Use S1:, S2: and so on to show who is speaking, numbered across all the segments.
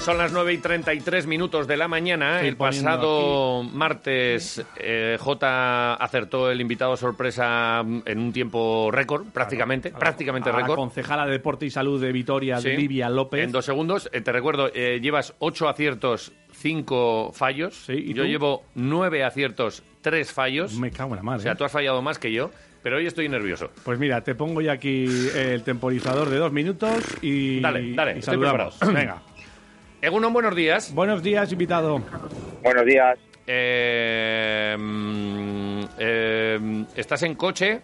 S1: Son las 9 y 33 minutos de la mañana.
S2: Estoy
S1: el pasado martes eh, J acertó el invitado sorpresa mm, en un tiempo récord, prácticamente, prácticamente
S2: a la
S1: récord.
S2: concejala de Deporte y Salud de Vitoria,
S1: Sí.
S2: Livia López.
S1: En dos segundos, Eh, te recuerdo, eh, llevas ocho aciertos, cinco fallos.
S2: Sí, ¿y
S1: yo
S2: tú?
S1: llevo nueve aciertos, tres fallos.
S2: Me cago en la
S1: O
S2: madre.
S1: sea, tú has fallado más que yo, pero hoy estoy nervioso.
S2: Pues mira, te pongo ya aquí el temporizador de dos minutos y,
S1: Dale, dale,
S2: y
S1: estoy
S2: saludamos.
S1: preparado.
S2: Venga.
S1: Egunon, buenos días.
S2: Buenos días, invitado.
S3: Buenos días.
S1: Eh, mm, eh, ¿Estás en coche?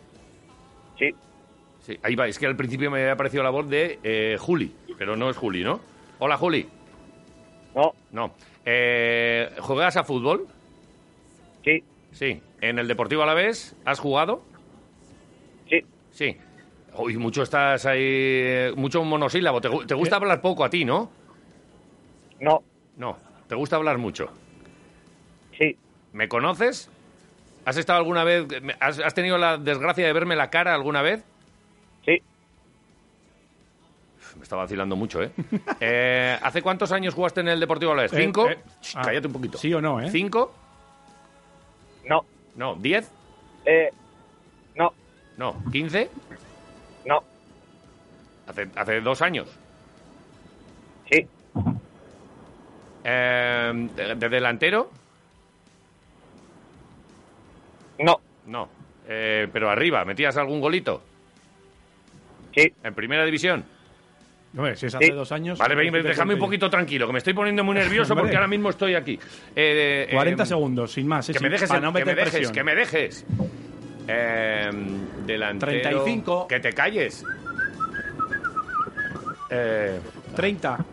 S3: Sí,
S1: Sí, ahí va. Es que al principio me había aparecido la voz de eh, Juli, pero no es Juli, ¿no? Hola, Juli.
S3: no,
S1: No. Eh, ¿Juegas a fútbol?
S3: sí,
S1: Sí. ¿En el Deportivo Alavés has jugado?
S3: sí.
S1: Sí. Uy, mucho estás ahí... eh, Mucho monosílabo. Te, gu- te gusta hablar poco a ti, ¿no?
S3: No,
S1: No. Te gusta hablar mucho.
S3: sí,
S1: ¿Me conoces? ¿Has estado alguna vez... ¿Has, has tenido la desgracia de verme la cara alguna vez?
S3: sí.
S1: Me estaba vacilando mucho, ¿eh? Eh, hace cuántos años jugaste en el Deportivo Alavés?
S2: Eh,
S1: ¿Cinco?
S2: eh,
S1: Ch,
S2: ah,
S1: cállate un poquito.
S2: Sí o no, ¿eh?
S1: ¿Cinco?
S3: No,
S1: No. ¿Diez?
S3: eh, no,
S1: No. ¿Quince?
S3: no,
S1: Hace, hace dos años.
S3: sí,
S1: Eh, de, de delantero?
S3: no,
S1: No. Eh, pero arriba, ¿metías algún golito?
S3: sí,
S1: ¿En primera división?
S2: Hombre, si es hace
S3: Sí.
S2: dos años.
S1: Vale, ven, ven, déjame un poquito tranquilo, que me estoy poniendo muy nervioso
S2: Hombre.
S1: porque ahora mismo estoy aquí. Eh, eh,
S2: 40
S1: eh,
S2: segundos, sin más. eh,
S1: Que
S2: sin-
S1: me dejes,
S2: para
S1: en-
S2: no
S1: que me
S2: meter
S1: dejes,
S2: presión.
S1: que me dejes. Eh, delantero.
S2: 35.
S1: Que te calles. Eh,
S2: 30.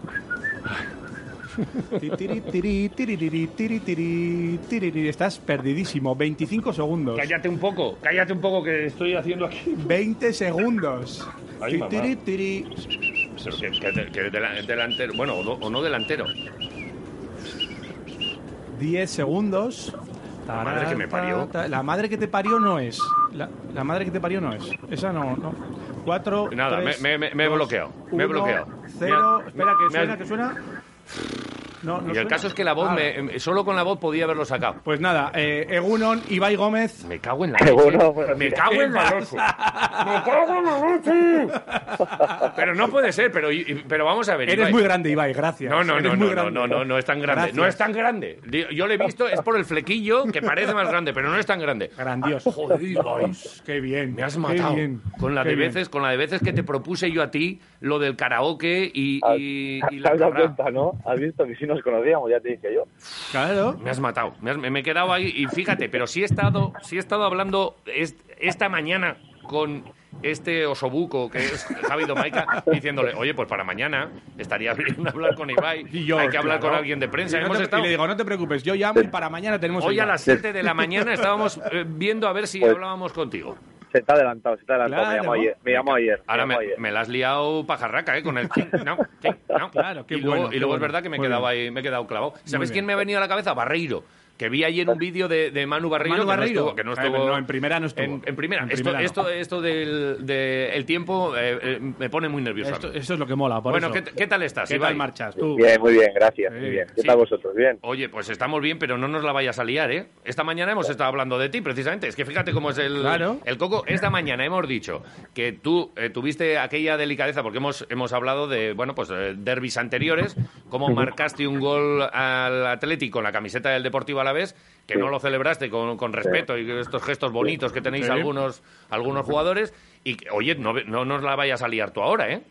S2: Titiri, tiri, tiririri, tiri, tiri, tiririri. Estás perdidísimo. 25 segundos.
S1: cállate un poco, cállate un poco que estoy haciendo aquí.
S2: 20 segundos.
S1: Ay, mamá.
S2: Titiri, tiri.
S1: Pero que, que- que dela- delantero, bueno, o, no- o no delantero.
S2: 10 segundos.
S1: La madre que me parió.
S2: La madre que te parió no es. La, la madre que te parió no es. Esa no, no. 4.
S1: Nada, me- me- me he bloqueado, me he bloqueado.
S2: Cero.
S1: Me ha-
S2: Espera, que
S1: me ha-
S2: suena, que suena. No, no
S1: Y el
S2: suena.
S1: caso es que la voz,
S2: Ah,
S1: me- em, solo con la voz podía haberlo sacado.
S2: Pues nada, eh, Egunon, Ibai Gómez.
S1: Me cago en la
S3: Bueno, bueno,
S1: me
S3: mira.
S1: cago en la leche. Me cago en la leche. Pero no puede ser, pero, y- y- pero vamos a ver.
S2: Eres
S1: Ibai.
S2: muy grande, Ibai, gracias.
S1: No, no,
S2: Eres
S1: no,
S2: muy
S1: no, no,
S2: grande.
S1: no, no, no es tan grande. No
S2: Gracias.
S1: es tan grande. Di- Yo le he visto, es por el flequillo que parece más grande, pero no es tan grande.
S2: Grandioso.
S1: Ah, Joder, Ibai,
S2: Qué bien.
S1: me has
S2: qué
S1: matado.
S2: bien,
S1: con la
S2: qué
S1: de
S2: bien.
S1: veces, con la de veces que te propuse yo a ti lo del karaoke y,
S3: Ah,
S1: y- y
S3: ¿Te
S1: la
S3: has dado
S1: carrá.
S3: cuenta, no? Has visto que si nos conocíamos, ya te dije yo.
S2: Claro.
S1: Me has matado, me, has- me he quedado ahí y fíjate, pero sí he estado, sí he estado hablando est- esta mañana con este osobuco que es Javi Domaica diciéndole, oye, pues para mañana estaría bien hablar con Ibai,
S2: Y yo,
S1: hay que hablar
S2: claro.
S1: con alguien de prensa.
S2: Y, no
S1: Hemos
S2: te-
S1: estado-
S2: y le digo, no te preocupes, yo llamo y para mañana tenemos.
S1: hoy a
S2: Ibai.
S1: las 7 de la mañana estábamos eh, viendo a ver si
S3: Pues-
S1: hablábamos contigo.
S3: Se está adelantado, se está adelantado.
S2: Claro.
S3: me llamó ayer. Me llamó ayer.
S1: Ahora
S3: me
S1: me,
S3: llamó ayer.
S1: me la has liado pajarraca, ¿eh? Con el... chin, No, chin, no.
S2: Claro, qué
S1: y luego, y luego
S2: bueno, qué
S1: es
S2: bueno.
S1: verdad que me he
S2: Muy
S1: quedado
S2: bien.
S1: ahí, me he quedado clavado. ¿Sabes
S2: bien.
S1: quién me ha venido a la cabeza? Barreiro. Que vi ayer un vídeo de, de Manu Barreiro.
S2: Manu
S1: que no
S2: Barreiro.
S1: estuvo- Que no
S2: Eh,
S1: estuvo,
S2: pero no, en primera no estuvo.
S1: En, en primera.
S2: En
S1: esto,
S2: primera no.
S1: esto, esto del de- el tiempo eh, eh, me pone muy nervioso. a mí.
S2: Esto, eso es lo que mola. Por
S1: bueno,
S2: eso.
S1: ¿qué, t- qué tal estás,
S2: ¿Qué
S1: Ibai?
S2: tal marchas? Tú.
S3: Bien, muy bien, gracias.
S2: Sí,
S3: muy bien. ¿Qué
S1: sí.
S3: tal vosotros? Bien.
S1: Oye, pues estamos bien, pero no nos la vayas a liar, ¿eh? Esta mañana hemos estado hablando de ti, precisamente. Es que fíjate cómo es el,
S2: Claro.
S1: el coco. Esta mañana hemos dicho que tú eh, tuviste aquella delicadeza, porque hemos, hemos hablado de, bueno, pues eh, derbis anteriores, cómo marcaste un gol al Atlético en la camiseta del Deportivo Alavés, que
S3: Sí.
S1: no lo celebraste con, con respeto y estos gestos bonitos que tenéis
S2: Sí.
S1: algunos, algunos jugadores. Y, que, oye, no, ve- no nos la vayas a liar tú ahora, ¿eh?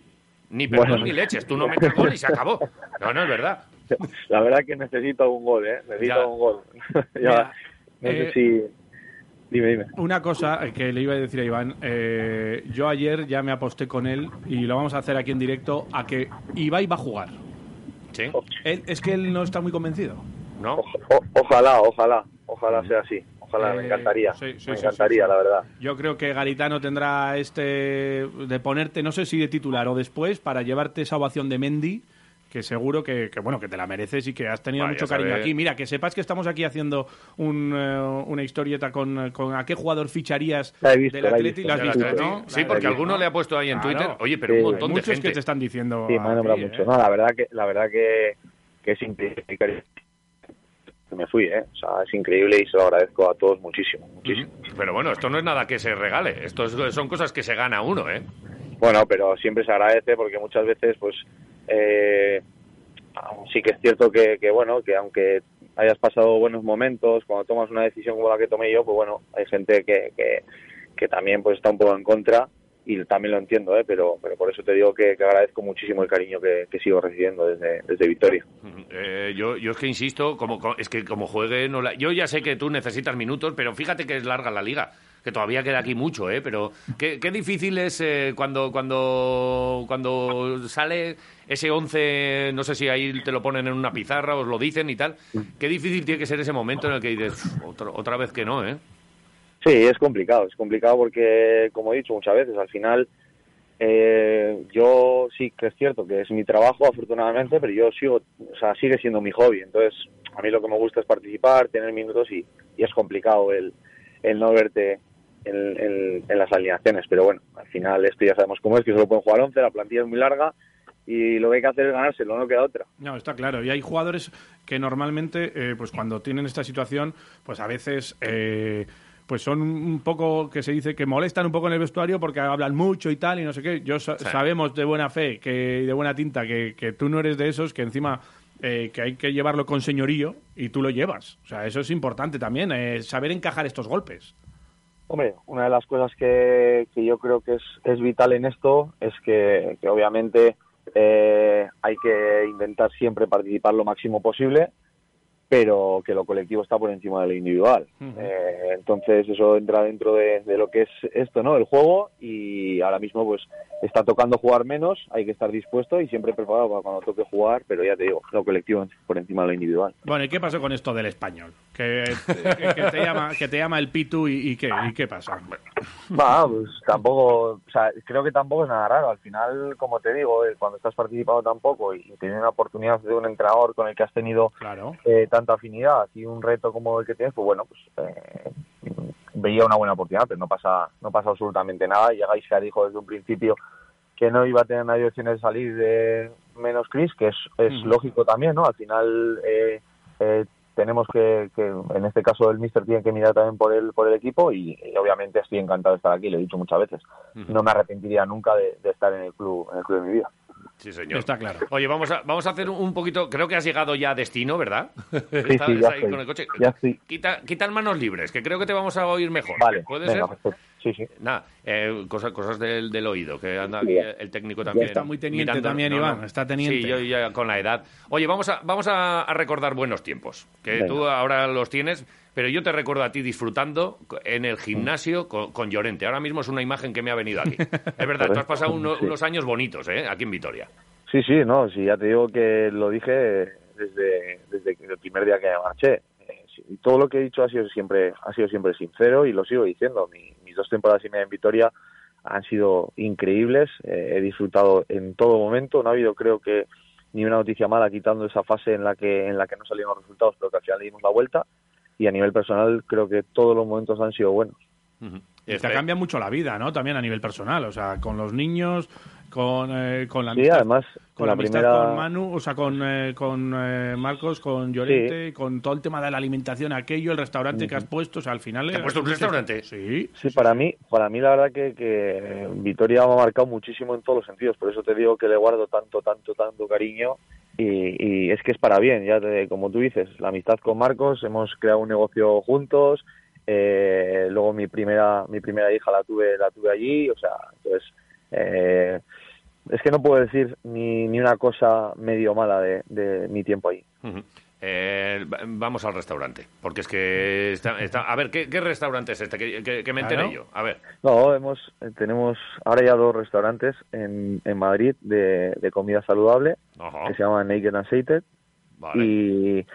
S1: Ni perdón
S3: Bueno.
S1: ni leches, tú no metes gol y se acabó. No, no, es verdad.
S3: La verdad que necesito un gol, ¿eh? Necesito
S1: Ya.
S3: un gol. Ya,
S2: Mira,
S3: no
S2: eh,
S3: sé si... Dime, dime.
S2: Una cosa eh, que le iba a decir a Iván, eh, yo ayer ya me aposté con él y lo vamos a hacer aquí en directo a que Ibai va a jugar.
S1: Sí,
S2: Él- es que él no está muy convencido.
S1: ¿no?
S3: O- ojalá, ojalá. Ojalá sea así. Ojalá, me
S2: Eh,
S3: encantaría.
S2: sí, sí, sí,
S3: me
S2: sí,
S3: encantaría,
S2: sí.
S3: la verdad.
S2: Yo creo que Garitano tendrá este de ponerte, no sé si de titular o después, para llevarte esa ovación de Mendy, que seguro que, que, bueno que te la mereces y que has tenido
S1: Vaya,
S2: mucho
S1: sabe.
S2: cariño aquí. Mira, que sepas que estamos aquí haciendo un, eh, una historieta con, con a qué jugador ficharías
S3: La he visto,
S2: del
S3: la he
S2: Atleti,
S3: visto.
S2: lo has
S3: Ya la
S2: visto,
S3: he
S2: ¿no?
S3: visto.
S1: Sí,
S2: La
S1: porque
S2: he
S1: alguno
S2: visto.
S1: le ha puesto ahí en
S2: Claro.
S1: Twitter. Oye, pero
S3: Sí,
S1: un montón de
S2: Muchos
S1: gente.
S2: que te están diciendo.
S3: Sí,
S2: a
S3: me han
S2: ti,
S3: nombrado
S2: ¿eh?
S3: mucho. No, la verdad que, la verdad que, que es increíble. que Me fui, ¿eh? O sea, es increíble y se lo agradezco a todos muchísimo, muchísimo.
S1: Pero bueno, esto no es nada que se regale. Esto es- son cosas que se gana uno, ¿eh?
S3: Bueno, pero siempre se agradece porque muchas veces, pues, eh, sí que es cierto que, que, bueno, que aunque hayas pasado buenos momentos, cuando tomas una decisión como la que tomé yo, pues bueno, hay gente que, que, que también pues está un poco en contra y también lo entiendo, ¿eh? pero, pero por eso te digo que, que agradezco muchísimo el cariño que, que sigo recibiendo desde, desde Victoria.
S1: Eh, yo, yo es que insisto, como, co- es que como juegue, no la- yo ya sé que tú necesitas minutos, pero fíjate que es larga la liga, que todavía queda aquí mucho, ¿eh? Pero qué, qué difícil es eh, cuando, cuando, cuando sale ese 11, no sé si ahí te lo ponen en una pizarra, os lo dicen y tal, qué difícil tiene que ser ese momento en el que dices, "Uf, otro- otra vez que no, ¿eh?
S3: Sí, es complicado, es complicado porque, como he dicho muchas veces, al final eh, yo sí que es cierto que es mi trabajo, afortunadamente, pero yo sigo, o sea, sigue siendo mi hobby. Entonces, a mí lo que me gusta es participar, tener minutos y, y es complicado el, el no verte en, en- en las alineaciones. Pero bueno, al final esto ya sabemos cómo es, que solo pueden jugar 11, la plantilla es muy larga y lo que hay que hacer es ganárselo, no queda otra.
S2: No, está claro. Y hay jugadores que normalmente, eh, pues cuando tienen esta situación, pues a veces, eh, pues son un poco, que se dice, que molestan un poco en el vestuario porque hablan mucho y tal y no sé qué. Yo sa-
S1: Sí.
S2: sabemos de buena fe que y de buena tinta que, que tú no eres de esos, que encima eh, que hay que llevarlo con señorío y tú lo llevas. O sea, eso es importante también, eh, saber encajar estos golpes.
S3: Hombre, una de las cosas que, que yo creo que es, es vital en esto es que, que obviamente eh, hay que intentar siempre participar lo máximo posible, pero que lo colectivo está por encima de lo individual. Eh, entonces eso entra dentro de, de lo que es esto, ¿no? El juego y ahora mismo pues está tocando jugar menos, hay que estar dispuesto y siempre preparado para cuando toque jugar, pero ya te digo, lo colectivo por encima de lo individual.
S2: Bueno, ¿y qué pasó con esto del español? Que, que- que te, llama, que te llama el Pitu y, y qué, ¿y qué pasa?
S3: Va, pues tampoco, o sea, creo que tampoco es nada raro. Al final, como te digo, eh, cuando estás participando tampoco y y teniendo la oportunidad de un entrenador con el que has tenido
S2: Claro.
S3: eh, tanta afinidad y un reto como el que tienes, pues bueno, pues eh, veía una buena oportunidad, pero no pasa, no pasa absolutamente nada. Y Gaisca dijo desde un principio que no iba a tener nadie opciones de salir de menos Chris, que es, es
S2: Ujú.
S3: lógico también, ¿no? Al final eh, eh, tenemos que, que, en este caso el mister tiene que mirar también por el, por el equipo y, y obviamente estoy encantado de estar aquí, lo he dicho muchas veces. No me arrepentiría nunca de, de estar en el club, en el club de mi vida.
S1: Sí, señor.
S2: Está claro.
S1: Oye, vamos a, vamos a hacer un poquito. Creo que has llegado ya a destino, ¿verdad?
S3: sí,
S1: Estás
S3: ya
S1: ahí
S3: estoy,
S1: con el coche.
S3: ya estoy.
S1: Quita, quita el manos libres, que creo que te vamos a oír mejor.
S3: Vale,
S1: ¿Puede
S3: venga, pues.
S1: ser?
S3: perfecto. Sí, sí.
S1: Nada, eh, cosa- cosas del, del oído, que anda
S3: Sí,
S1: aquí
S3: ya.
S1: el técnico también.
S2: está muy teniente también, Iván, está teniente.
S1: Sí, yo ya con la edad. Oye, vamos a, vamos a, a recordar buenos tiempos, que
S3: Venga.
S1: tú ahora los tienes, pero yo te recuerdo a ti disfrutando co- en el
S3: Mm.
S1: gimnasio con, con Llorente. Ahora mismo es una imagen que me ha venido aquí. Es verdad, tú has
S3: Correcto.
S1: pasado uno-
S3: Sí.
S1: unos años bonitos, ¿eh? Aquí en Vitoria.
S3: Sí, sí, no, sí, ya te digo que lo dije desde, desde el primer día que me marché. Eh, sí, y todo lo que he dicho ha sido siempre, ha sido siempre sincero y lo sigo diciendo. Mi- mis dos temporadas y media en Vitoria han sido increíbles, eh, he disfrutado en todo momento, no ha habido creo que ni una noticia mala quitando esa fase en la que, en la que no salieron los resultados, pero que al final le dimos la vuelta. Y a nivel personal creo que todos los momentos han sido buenos.
S1: Ujú.
S2: Y te
S1: Este-
S2: cambia mucho la vida, ¿no? También a nivel personal, o sea, con los niños, con, eh, con la
S3: Sí, además,
S2: con
S3: la
S2: la amistad
S3: primera-
S2: con Manu, o sea, con, eh, con eh, Marcos, con Llorente, con todo el tema de la alimentación, aquello, el restaurante que has puesto, o sea, al final...
S1: ¿Te has
S2: eh,
S1: puesto un
S2: sí,
S1: restaurante?
S2: Sí.
S3: Sí, para mí, para mí la verdad que, que Vitoria me ha marcado muchísimo en todos los sentidos, por eso te digo que le guardo tanto, tanto, tanto cariño y, y es que es para bien, ya te- como tú dices, la amistad con Marcos, hemos creado un negocio juntos, eh, luego mi primera, mi primera hija la tuve, la tuve allí, o sea, entonces eh, es que no puedo decir ni, ni una cosa medio mala de, de mi tiempo allí.
S1: Ujú. Eh, va- vamos al restaurante, porque es que está, está- a ver ¿qué, qué restaurante es este que, que- que me enteré
S2: Claro.
S1: yo. A ver,
S3: No, hemos, eh, tenemos ahora ya dos restaurantes en, en Madrid de, de comida saludable.
S1: Ajá,
S3: que se llama Naked and Sated.
S1: Oh. vale.
S3: Y,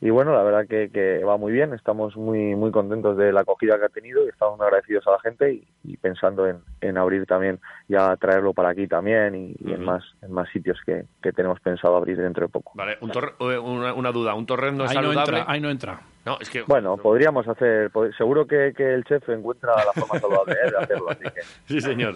S3: y bueno, la verdad que, que va muy bien. Estamos muy muy contentos de la acogida que ha tenido y estamos muy agradecidos a la gente y, y pensando en, en abrir también, ya traerlo para aquí también y, y
S1: Ujú.
S3: en más en más sitios que, que tenemos pensado abrir dentro de poco.
S1: Vale, un torre- eh, una, una duda, un torrent no es
S2: ahí, no
S1: saludable.
S2: entra, ahí no entra.
S1: No, es que...
S3: Bueno, pues- podríamos hacer, pod- seguro que, que el chef encuentra la forma saludable ¿eh? de hacerlo, así que
S1: Sí, señor.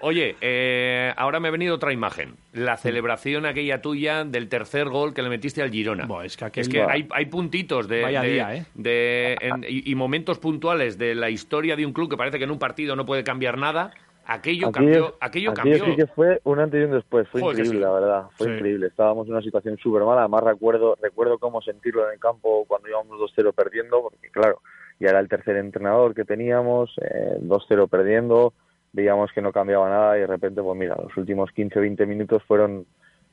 S1: Oye, eh, ahora me ha venido otra imagen. La celebración aquella tuya del tercer gol que le metiste al Girona.
S2: Buah, es que aquel-
S1: que
S2: Buah.
S1: hay, hay puntitos de,
S2: Vaya
S1: de-
S2: día, ¿eh?
S1: de- en- y, y momentos puntuales de la historia de un club que parece que en un partido no puede cambiar nada. Aquello cambió. aquello
S3: aquello
S1: cambió.
S3: sí que fue un antes y un después, fue
S1: Joder, que
S3: increíble,
S1: sí.
S3: la verdad, fue
S2: Sí.
S3: increíble. Estábamos en una situación súper mala, además recuerdo, recuerdo cómo sentirlo en el campo cuando íbamos 2-0 perdiendo, porque claro, ya era el tercer entrenador que teníamos, eh, 2-0 perdiendo, veíamos que no cambiaba nada y de repente, pues mira, los últimos 15-20 minutos fueron,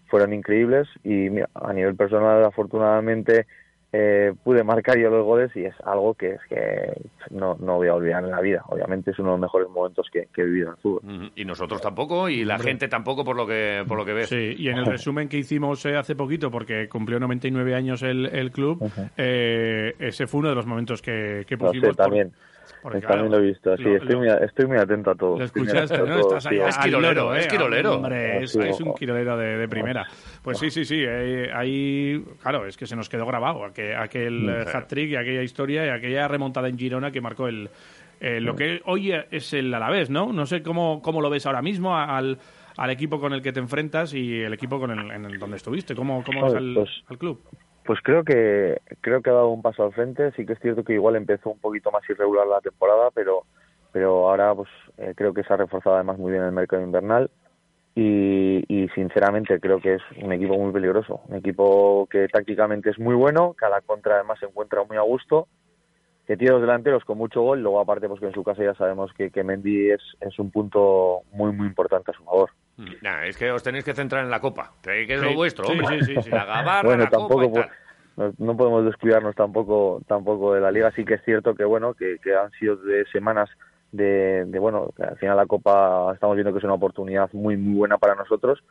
S3: fueron increíbles y mira, a nivel personal, afortunadamente, eh, pude marcar yo los goles y es algo que, es que no, no voy a olvidar en la vida. Obviamente es uno de los mejores momentos que, que he vivido en el fútbol.
S1: Mm, Y nosotros tampoco, y la gente tampoco, por lo que, por lo que ves.
S2: Sí, y en el resumen que hicimos eh, hace poquito, porque cumplió 99 años el, el club, eh, ese fue uno de los momentos que, que
S3: Lo sé,
S2: pusimos. por-
S3: también.
S2: porque,
S3: también
S2: claro,
S3: lo he visto, sí,
S2: lo-
S3: estoy,
S2: lo-
S3: muy, estoy muy atento a todo.
S2: Lo
S3: estoy muy
S2: escuchaste,
S3: atento a
S2: ¿no?
S3: todo,
S2: Estás ahí
S3: sí.
S1: Es
S2: al
S1: quirolero,
S2: loro,
S1: es
S2: ¿eh?
S1: quirolero.
S2: Hombre, es,
S3: Sí.
S2: es un quirolero de, de primera. Pues sí, sí, sí. eh, Ahí, claro, es que se nos quedó grabado aquel, aquel eh, hat-trick y aquella historia y aquella remontada en Girona que marcó el eh, lo que hoy es el Alavés, ¿no? No sé cómo, cómo lo ves ahora mismo a- al, al equipo con el que te enfrentas y el equipo con el, en el donde estuviste. ¿Cómo, cómo ves
S3: Joder,
S2: al,
S3: pues,
S2: al club?
S3: Pues creo que creo que ha dado un paso al frente. Sí que es cierto que igual empezó un poquito más irregular la temporada, pero pero ahora pues eh, creo que se ha reforzado además muy bien el mercado invernal y, y sinceramente creo que es un equipo muy peligroso, un equipo que tácticamente es muy bueno, que a la contra además se encuentra muy a gusto, que tiene dos delanteros con mucho gol, luego aparte pues que en su casa ya sabemos que, que Mendy es, es un punto muy muy importante a su favor.
S1: Mm, nah, es que os tenéis que centrar en la copa, que que es lo
S2: Sí,
S1: vuestro.
S2: sí,
S1: hombre.
S2: sí, sí, sí.
S1: La gabarra,
S3: bueno,
S1: la copa y
S3: tampoco
S1: tal.
S3: po- no, no podemos descuidarnos tampoco tampoco de la liga. Sí que es cierto que bueno que, que han sido de semanas de, de, bueno que al final la copa estamos viendo que es una oportunidad muy muy buena para nosotros,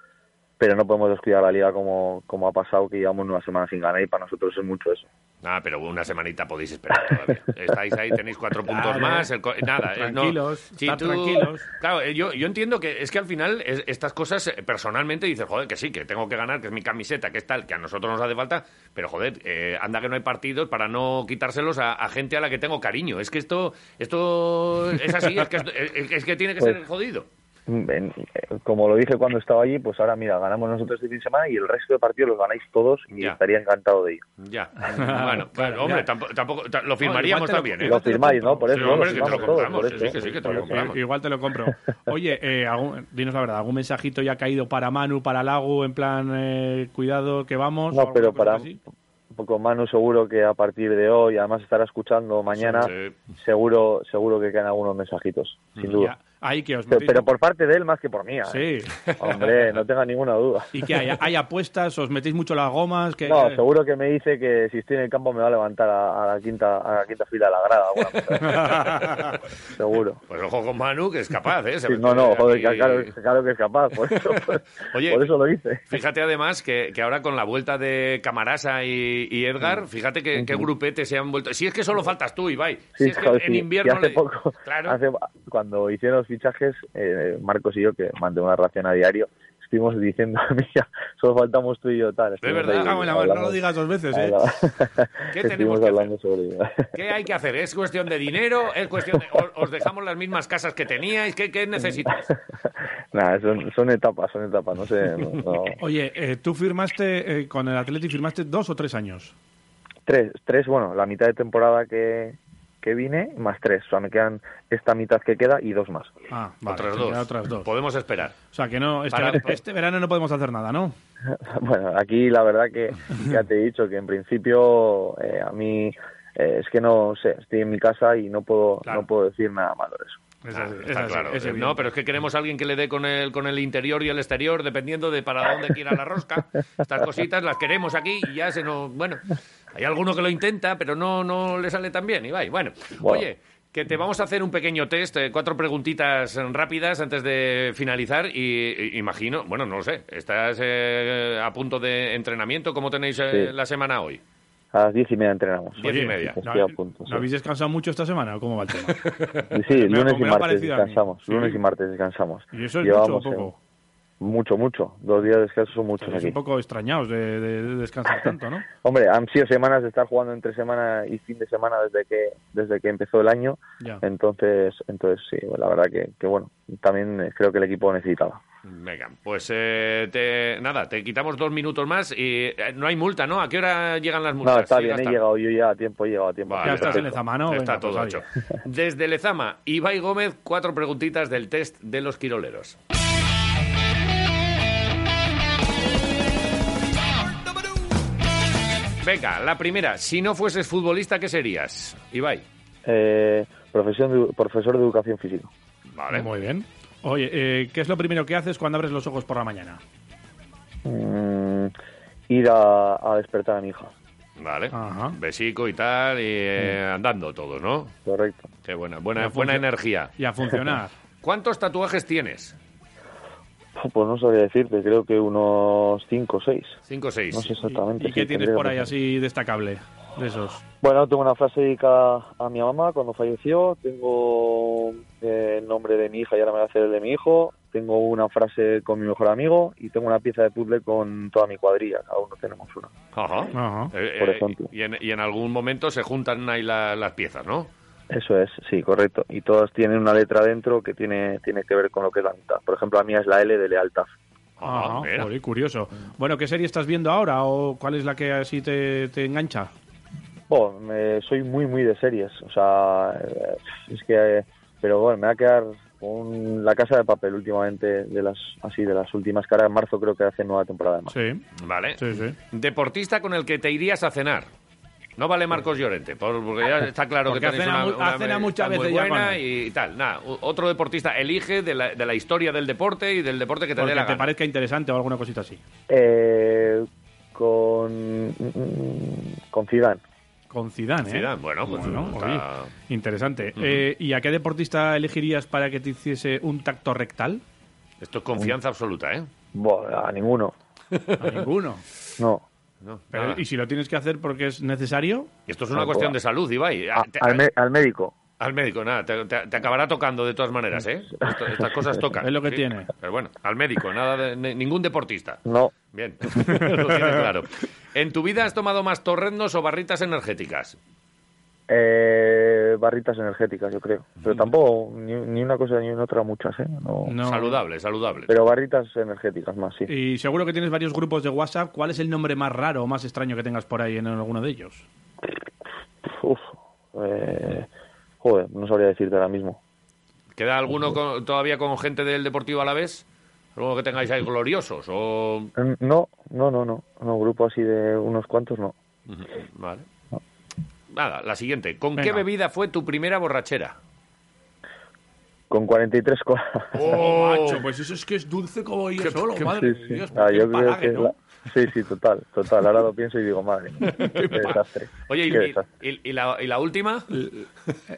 S3: pero no podemos descuidar la liga como como ha pasado que llevamos nueve semanas sin ganar y para nosotros es mucho eso.
S1: Ah, pero una semanita podéis esperar todavía. Estáis ahí, tenéis cuatro puntos
S2: Claro.
S1: más. el co- nada, eh, no.
S2: Tranquilos, estar tranquilos.
S1: Claro, eh, yo, yo entiendo que es que al final es- estas cosas eh, personalmente dices, joder, que sí, que tengo que ganar, que es mi camiseta, que es tal, que a nosotros nos hace falta, pero joder, eh, anda que no hay partidos para no quitárselos a, a gente a la que tengo cariño. Es que esto, esto es así, es que, esto- eh, es- es que tiene que
S3: Pues
S1: ser jodido.
S3: En- eh, como lo dije cuando estaba allí, pues ahora mira ganamos nosotros este fin de semana y el resto de partidos los ganáis todos y
S1: Ya.
S3: estaría encantado de ello.
S1: Ya. Bueno,
S2: Claro,
S1: hombre,
S2: ya.
S1: tampo- tampoco, ta- lo firmaríamos
S2: igual te lo-
S1: también, ¿eh?
S3: Lo firmáis, ¿no? Por eso
S1: Sí,
S3: ¿no?
S1: hombre,
S3: Lo
S1: que te lo
S3: firmamos todos,
S1: compramos,
S3: por
S1: sí,
S3: eso,
S1: sí, que sí, que te lo
S3: por eso.
S1: compramos. Vamos.
S2: Eh, igual te lo compro. Oye, eh, algún- dinos la verdad, ¿algún mensajito ya ha caído para Manu, para Lagu, en plan, eh, cuidado que vamos? o
S3: No,
S2: alguna
S3: pero
S2: cosa
S3: para
S2: así?
S3: con Manu seguro que a partir de hoy, además estará escuchando mañana,
S1: Sí.
S3: seguro seguro que quedan algunos mensajitos, sin duda.
S2: Mm, Ya, ahí que os
S3: Pero,
S2: metéis.
S3: pero por parte de él más que por mía. ¿eh?
S2: Sí.
S3: Hombre, no tenga ninguna duda.
S2: ¿Y que hay? ¿Hay apuestas? ¿Os metéis mucho las gomas? que
S3: No, seguro que me dice que si estoy en el campo me va a levantar a, a la quinta a la quinta fila de la grada. alguna cosa así. seguro.
S1: Pues ojo con Manu, que es capaz, ¿eh? Se
S3: Sí,
S1: mete
S3: no, no, joder,
S1: aquí-
S3: claro, claro que es capaz, por eso, por,
S1: Oye.
S3: por eso lo hice.
S1: Fíjate además que, que ahora con la vuelta de Camarasa y, y
S3: Mm.
S1: Edgar, fíjate que, qué grupete se han vuelto. Si es que solo faltas tú, Ibai. Si es que
S3: joder,
S1: en
S3: sí.
S1: invierno...
S3: Y hace
S1: le-
S3: poco,
S1: Claro.
S3: hace- cuando hicieron los fichajes, eh, Marcos y yo, que mantenemos una relación a diario, estuvimos diciendo, mira, solo faltamos tú y yo tal.
S1: Es
S3: Estuvimos
S1: verdad,
S3: ahí
S2: Cago en la mano, no
S3: hablando.
S2: lo digas dos veces,
S3: Ahí
S2: ¿eh?
S3: va.
S1: ¿Qué tenemos
S3: Estuvimos
S1: que
S3: hablando sobre ello.
S1: ¿Qué hay que hacer? ¿Es cuestión de dinero? ¿Es cuestión de... o- ¿Os dejamos las mismas casas que teníais? ¿Qué, qué necesitáis?
S3: Nada, son, son etapas, son etapas, no sé. no- no.
S2: Oye, eh, tú firmaste eh, con el Atleti, firmaste dos o tres años.
S3: Tres, tres, bueno, la mitad de temporada que, que vine, más tres. O sea, me quedan esta mitad que queda y dos más.
S2: Ah, vale,
S1: otras,
S2: te
S1: dos.
S2: quedan otras dos.
S1: Podemos esperar.
S2: O sea, que no, este,
S1: Para-
S2: este verano no podemos hacer nada, ¿no?
S3: Bueno, aquí la verdad que ya te he dicho que en principio eh, a mí eh, es que no sé, estoy en mi casa y no puedo
S2: Claro.
S3: no puedo decir nada malo de eso.
S2: Es
S1: Ah,
S2: así, es
S1: está
S2: así,
S1: claro.
S2: es
S1: Eh,
S2: evidente.
S1: no, pero es que queremos a alguien que le dé con el, con el interior y el exterior, dependiendo de para dónde quiera la rosca. Estas cositas las queremos aquí y ya se nos... Bueno, hay alguno que lo intenta, pero no, no le sale tan bien, Ibai. Bueno,
S3: Bueno.
S1: oye, que te vamos a hacer un pequeño test, eh, cuatro preguntitas eh, rápidas antes de finalizar y, y- imagino, bueno, no lo sé, estás eh, a punto de entrenamiento, ¿cómo tenéis eh,
S3: Sí.
S1: la semana hoy?
S3: A las diez y media entrenamos.
S1: Diez y media.
S3: Estoy
S2: ¿No,
S3: a punto,
S2: ¿no habéis
S3: sí.
S2: descansado mucho esta semana o cómo va el tema?
S3: Sí,
S2: Me ha-
S3: lunes
S2: me
S3: y
S2: ha
S3: martes
S2: parecido a mí.
S3: descansamos.
S2: Sí.
S3: Lunes y martes descansamos.
S2: ¿Y eso es mucho o
S3: en-
S2: poco?
S3: Mucho, mucho. Dos días de descanso son muchos
S2: Estáis
S3: eh, pues aquí.
S2: un poco extrañados de, de- de descansar tanto, ¿no?
S3: Hombre, han sido semanas de estar jugando entre semana y fin de semana desde que desde que empezó el año.
S2: Ya.
S3: Entonces, entonces sí, la verdad que, que bueno, también eh, creo que el equipo necesitaba.
S1: Venga, pues eh, te- nada, te quitamos dos minutos más y eh, no hay multa, ¿no? ¿A qué hora llegan las multas?
S3: No, está
S1: Sí, ya
S3: bien, he llegado yo ya a tiempo, he llegado a tiempo.
S1: Vale,
S2: Ya estás en
S1: perfecto.
S2: Lezama, ¿no?
S1: Está
S2: Venga,
S1: todo
S2: pues,
S1: hecho. Desde Lezama, Ibai Gómez, cuatro preguntitas del test de los quiroleros. Venga, la primera. Si no fueses futbolista, ¿qué serías, Ibai?
S3: Eh, profesión de- profesor de educación física.
S1: Vale.
S2: Muy bien. Oye, eh, ¿qué es lo primero que haces cuando abres los ojos por la mañana?
S3: Mm, ir a, a despertar a mi hija,
S1: Vale.
S2: Ajá.
S1: Besico y tal, y eh, andando todos, ¿no?
S3: correcto.
S1: Qué buena, buena,
S2: Ya
S1: buena
S2: funciona.
S1: energía.
S2: Y a funcionar.
S1: ¿Cuántos tatuajes tienes?
S3: Pues no sabría decirte, creo que unos 5 o 6.
S1: Cinco o seis.
S3: No sé
S2: ¿Y-
S3: exactamente.
S2: ¿Y qué
S3: sí,
S2: tienes
S3: tendría
S2: por
S3: que
S2: ahí
S3: pensar.
S2: así destacable de esos?
S3: Bueno, tengo una frase dedicada a mi mamá cuando falleció. Tengo eh, el nombre de mi hija y ahora me va a hacer el de mi hijo. Tengo una frase con mi mejor amigo y tengo una pieza de puzzle con toda mi cuadrilla. Cada uno tenemos una.
S1: Ajá.
S2: Ajá.
S1: Eh,
S3: Por
S1: eh,
S3: ejemplo.
S1: y, en, y en algún momento se juntan ahí la- las piezas, ¿no?
S3: Eso es, sí, correcto. Y todas tienen una letra dentro que tiene, tiene que ver con lo que es la mitad. Por ejemplo, la mía es la L de lealtad.
S1: Ah,
S2: Ajá,
S1: mira.
S2: joder, curioso. Bueno, ¿qué serie estás viendo ahora o cuál es la que así te, te engancha?
S3: Bueno, me- soy muy, muy de series. O sea, eh, es que. eh, pero bueno, me va a quedar con la casa de papel últimamente, de las así de las últimas caras. En marzo creo que hace nueva temporada de marzo.
S2: Sí,
S1: Vale.
S2: sí, sí.
S1: Deportista con el que te irías a cenar. No vale Marcos Llorente, por- porque ya está claro
S2: Porque
S1: que tenéis
S2: ha cenado
S1: una,
S2: mu-
S1: una
S2: ha cenado
S1: amistad
S2: muchas
S1: muy
S2: veces ya
S1: buena
S2: con él.
S1: y tal. Nada, u- otro deportista elige de la, de la historia del deporte y del deporte que te
S2: Porque
S1: dé la
S2: te
S1: gana.
S2: parezca interesante o alguna cosita así.
S3: Eh, con. mm, Con Zidane.
S2: Con Zidane, ¿eh?
S1: Zidane, bueno, pues, está-
S2: oye, interesante. Eh, ¿Y a qué deportista elegirías para que te hiciese un tacto rectal?
S1: Esto es confianza absoluta, ¿eh?
S3: Bueno, a ninguno.
S2: A ninguno.
S3: No.
S1: No,
S2: Pero,
S1: nada.
S2: ¿Y si lo tienes que hacer porque es necesario?
S1: Esto es una cuestión de salud, Ibai.
S3: Ah, A-
S1: Te-
S3: al, me- al médico.
S1: Al médico, nada, te, te- te acabará tocando de todas maneras, ¿eh? Esto- estas cosas tocan.
S2: Es lo que tiene.
S1: Pero bueno, al médico, nada de, ni- ningún deportista.
S3: No.
S1: Bien, lo tiene claro. ¿En tu vida has tomado más torrendos o barritas energéticas?
S3: Eh, barritas energéticas, yo creo.
S1: Mm.
S3: Pero tampoco, ni, ni una cosa ni una otra, muchas, ¿eh? No.
S1: Oh,
S2: No.
S1: Saludable, saludable.
S3: Pero barritas energéticas más, sí.
S2: Y seguro que tienes varios grupos de WhatsApp. ¿Cuál es el nombre más raro o más extraño que tengas por ahí en alguno de ellos?
S3: Uf, eh, joder, no sabría decirte ahora mismo.
S1: ¿Queda alguno con- todavía con gente del Deportivo a la vez? ¿Alguno que tengáis ahí gloriosos? O...
S3: Mm, No, no, no, no. No, grupo así de unos cuantos, no.
S1: Ujú, Vale. Nada, la siguiente. ¿Con qué
S2: Venga.
S1: bebida fue tu primera borrachera?
S3: Con 43 cosas.
S1: ¡Oh!
S2: pues eso es que es dulce como yo solo,
S3: Sí,
S2: madre
S3: sí. Ah, yo creo que es la- Sí, sí, total, total. Ahora lo pienso y digo, madre, mía, qué desastre.
S1: pues, Oye,
S3: qué
S1: ¿y-
S3: desastre.
S1: y, y- y la, y la última?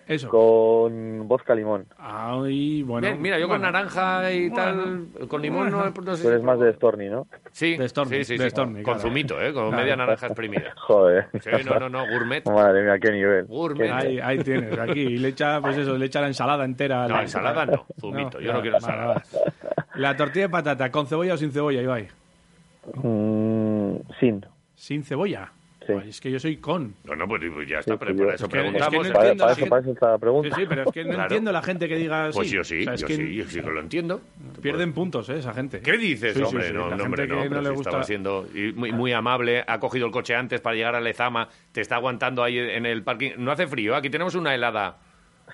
S2: Eso.
S3: Con vodka limón.
S2: Ay, bueno.
S1: Bien, mira, yo
S2: bueno.
S1: con naranja y tal, con limón no, no sé
S3: Tú eres
S1: si-
S3: Pues más de Storny, ¿no?
S1: Sí,
S2: De Stormy,
S1: sí, sí,
S2: de
S1: sí.
S2: Stormy,
S1: con
S2: claro.
S1: zumito, ¿eh? Con media naranja exprimida.
S3: Joder.
S1: Sí, no, no, no, gourmet.
S3: Madre mía, qué nivel.
S1: Gourmet.
S3: Qué nivel.
S2: Ahí, ahí tienes, aquí. Y le echa, pues eso, le echa la ensalada entera.
S1: No,
S2: La-
S1: ensalada no, zumito. Yo no quiero
S2: vale,
S1: ensalada.
S2: vale. La tortilla de patata, ¿con cebolla o sin cebolla, Ibai?
S3: Mm, sin.
S2: Sin cebolla.
S3: Sí.
S2: Ay, es que yo soy con.
S1: No, no, pues pues ya está,
S3: Sí,
S1: pero
S3: sí,
S1: para eso
S3: yo- es que-
S2: es que
S1: preguntamos.
S2: no
S1: ¿eh?
S3: Para,
S2: entiendo,
S3: para
S2: sí.
S3: eso, para eso está la
S2: Sí,
S3: pregunta.
S2: sí, pero es que no
S1: Claro.
S2: entiendo la gente que diga así.
S1: Pues yo sí,
S2: O sea, es
S1: yo
S2: que
S1: sí, yo sí que lo entiendo.
S2: Pierden puntos, ¿eh? Esa gente.
S1: ¿Qué dices,
S2: Sí, sí,
S1: hombre?
S2: sí,
S1: No,
S2: la
S1: no, hombre,
S2: gente
S1: no,
S2: que
S1: pero
S2: le
S1: si
S2: gusta-
S1: estaba siendo y muy, muy amable, ha cogido el coche antes para llegar a Lezama, te está aguantando ahí en el parking. No hace frío, aquí tenemos una helada.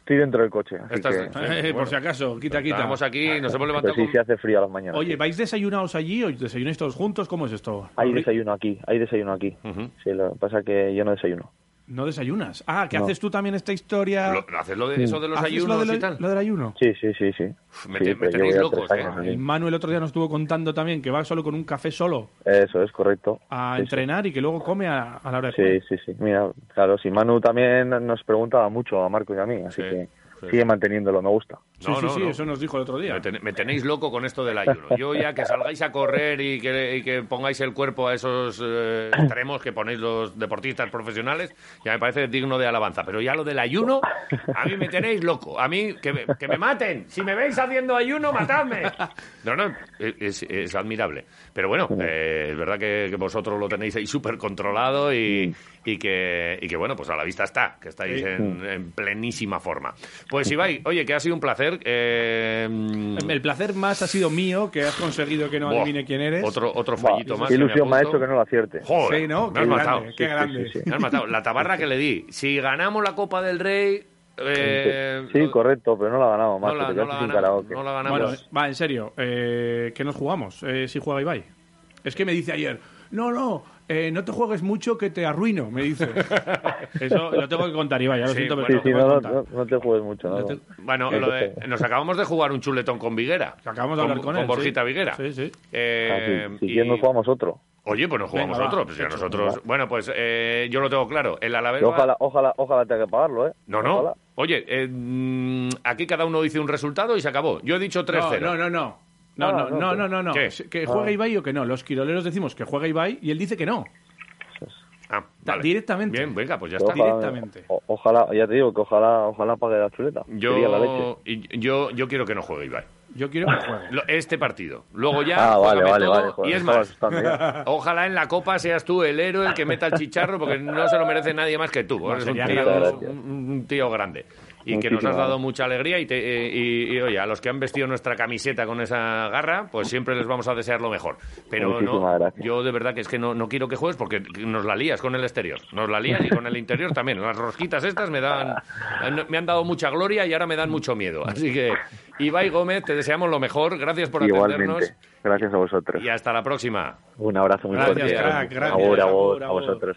S3: Estoy dentro del coche. Así
S1: Estás-
S3: que,
S2: Eh, por si acaso, quita, quita.
S1: Estamos aquí y nos hemos
S3: pero
S1: levantado
S3: sí,
S1: con...
S3: sí hace frío a las mañanas.
S2: Oye,
S3: sí.
S2: ¿vais desayunados allí o desayunáis todos juntos? ¿Cómo es esto?
S3: Hay desayuno aquí, hay desayuno aquí.
S1: Ujú.
S3: Sí, lo que pasa es que yo no desayuno.
S2: ¿No desayunas? Ah, ¿qué
S3: No.
S2: haces tú también esta historia?
S1: Lo- haces lo de, eso de los
S2: Mm. ¿Haces
S1: ayunos
S2: lo, del-
S1: y tal.
S2: lo del ayuno? Eh,
S3: Sí, sí, sí, sí.
S1: me
S3: Sí,
S1: te- me
S3: pero yo
S1: tenéis
S3: voy a
S1: locos, ¿eh?
S3: tres años,
S2: El
S3: sí.
S2: Manuel otro día nos estuvo contando también que va solo con un café solo
S3: Eso es correcto.
S1: Ah,
S2: a
S3: Sí, sí.
S2: entrenar y que luego come a, a la hora de
S3: Sí,
S2: comer.
S3: sí, sí. Mira, claro, si Manu también nos preguntaba mucho a Marcos y a mí, así
S1: Sí,
S3: que
S1: sí.
S3: sigue manteniéndolo, me gusta.
S2: Sí, sí, sí, eso nos dijo el otro día.
S1: Me, ten- me tenéis loco con esto del ayuno. Yo ya que salgáis a correr y que, y que pongáis el cuerpo a esos eh, extremos que ponéis los deportistas profesionales, ya me parece digno de alabanza. Pero ya lo del ayuno, a mí me tenéis loco. A mí, que me, que me maten. Si me veis haciendo ayuno, matadme. No, no, es, es admirable. Pero bueno, eh, es verdad que, que vosotros lo tenéis ahí súper controlado y, y que, y que, bueno, pues a la vista está, que estáis
S2: Sí.
S1: en, en plenísima forma. Pues Ibai, oye, que ha sido un placer. eh, mm,
S2: El placer más ha sido mío, que has conseguido que no
S1: buah,
S2: adivine quién eres.
S1: Otro, otro
S3: Buah,
S1: fallito más.
S3: Qué
S1: que me
S3: ilusión me ha
S1: apunto.
S3: hecho que no lo acierte.
S1: Joder,
S2: Sí, ¿no?
S1: me
S2: Qué
S1: has
S2: grande,
S1: matado.
S2: qué
S3: Sí, sí,
S2: grande.
S3: sí, sí.
S1: Me has matado. La tabarra que le di. Si ganamos la Copa del Rey. eh,
S3: sí,
S1: no-
S3: correcto, pero no la ha ganado,
S1: No
S3: más
S1: la,
S3: te
S1: no
S3: quedaste
S1: la
S3: sin
S1: ganamos.
S3: karaoke.
S1: no la ganamos.
S2: Bueno, va, en serio, eh, ¿qué nos jugamos eh, si juega Ibai? Es que me dice ayer, no, no, eh, no te juegues mucho que te arruino, me dice. Eso lo tengo que contar, Ibai, ya lo
S1: Sí,
S2: siento,
S1: bueno.
S3: Sí,
S2: pero
S3: sí,
S2: lo tengo
S3: no,
S2: que
S3: no,
S2: contar.
S3: no- no te juegues mucho. No,
S2: No te-
S1: Bueno,
S3: Eso
S1: lo de-
S3: sí.
S1: nos acabamos de jugar un chuletón con Viguera.
S2: Que acabamos de hablar con él,
S1: Borjita
S2: sí.
S1: Viguera.
S2: Sí, sí.
S1: Eh,
S3: Así, Ah, si
S1: y-
S3: quieres nos jugamos otro.
S1: Oye, pues nos jugamos
S2: Venga, va,
S1: otro. Pues si a
S2: hecho.
S1: nosotros. Bueno, pues eh, yo lo tengo claro. El Alavés. va-
S3: Ojalá, ojalá, ojalá tenga que pagarlo, ¿eh?
S1: No, no.
S3: Ojalá.
S1: Oye, eh, mm, aquí cada uno dice un resultado y se acabó. Yo he dicho 3-0.
S2: No, no, no, no. No, no, no, no, no, no.
S1: ¿Qué?
S2: Que
S3: Ah.
S2: juega Ibai o que no. Los quiroleros decimos que juega Ibai y él dice que no.
S1: Ah,
S2: Ta- directamente.
S1: Bien, venga, pues ya
S3: Pero
S1: está.
S3: ojalá-
S2: Directamente.
S3: o- ojalá, ya te digo que ojalá, ojalá pague la chuleta. Sería la leche.
S1: Yo, y- yo, yo quiero que no juegue Ibai.
S2: Yo quiero que juegue.
S1: Lo- Este partido. Luego ya.
S3: Ah, vale,
S1: juégame
S3: vale,
S1: todo
S3: vale. joder,
S1: y es
S3: me estaba
S1: más,
S3: asustando ya.
S1: ojalá en la Copa seas tú el héroe, el que meta el chicharro, porque no se lo merece nadie más que tú. Eres un
S2: sería
S1: tío,
S3: agradable.
S1: un- un tío grande. Y que
S3: Muchísimas
S1: nos has dado
S3: gracias.
S1: mucha alegría y, te- eh, y- y, oye, a los que han vestido nuestra camiseta con esa garra, pues siempre les vamos a desear lo mejor. Pero no,
S3: Muchísimas gracias.
S1: yo de verdad que es que no, no quiero que juegues porque nos la lías con el exterior, nos la lías y con el interior también. Las rosquitas estas me dan, eh, me han dado mucha gloria y ahora me dan mucho miedo. Así que Ibai Gómez, te deseamos lo mejor, gracias por
S3: Igualmente.
S1: atendernos
S3: Gracias a vosotros.
S1: y hasta la próxima.
S3: Un abrazo muy
S2: Gracias,
S3: fuerte.
S2: crack, gracias,
S3: Ahora
S2: agur,
S3: a
S2: agur.
S3: vosotros. a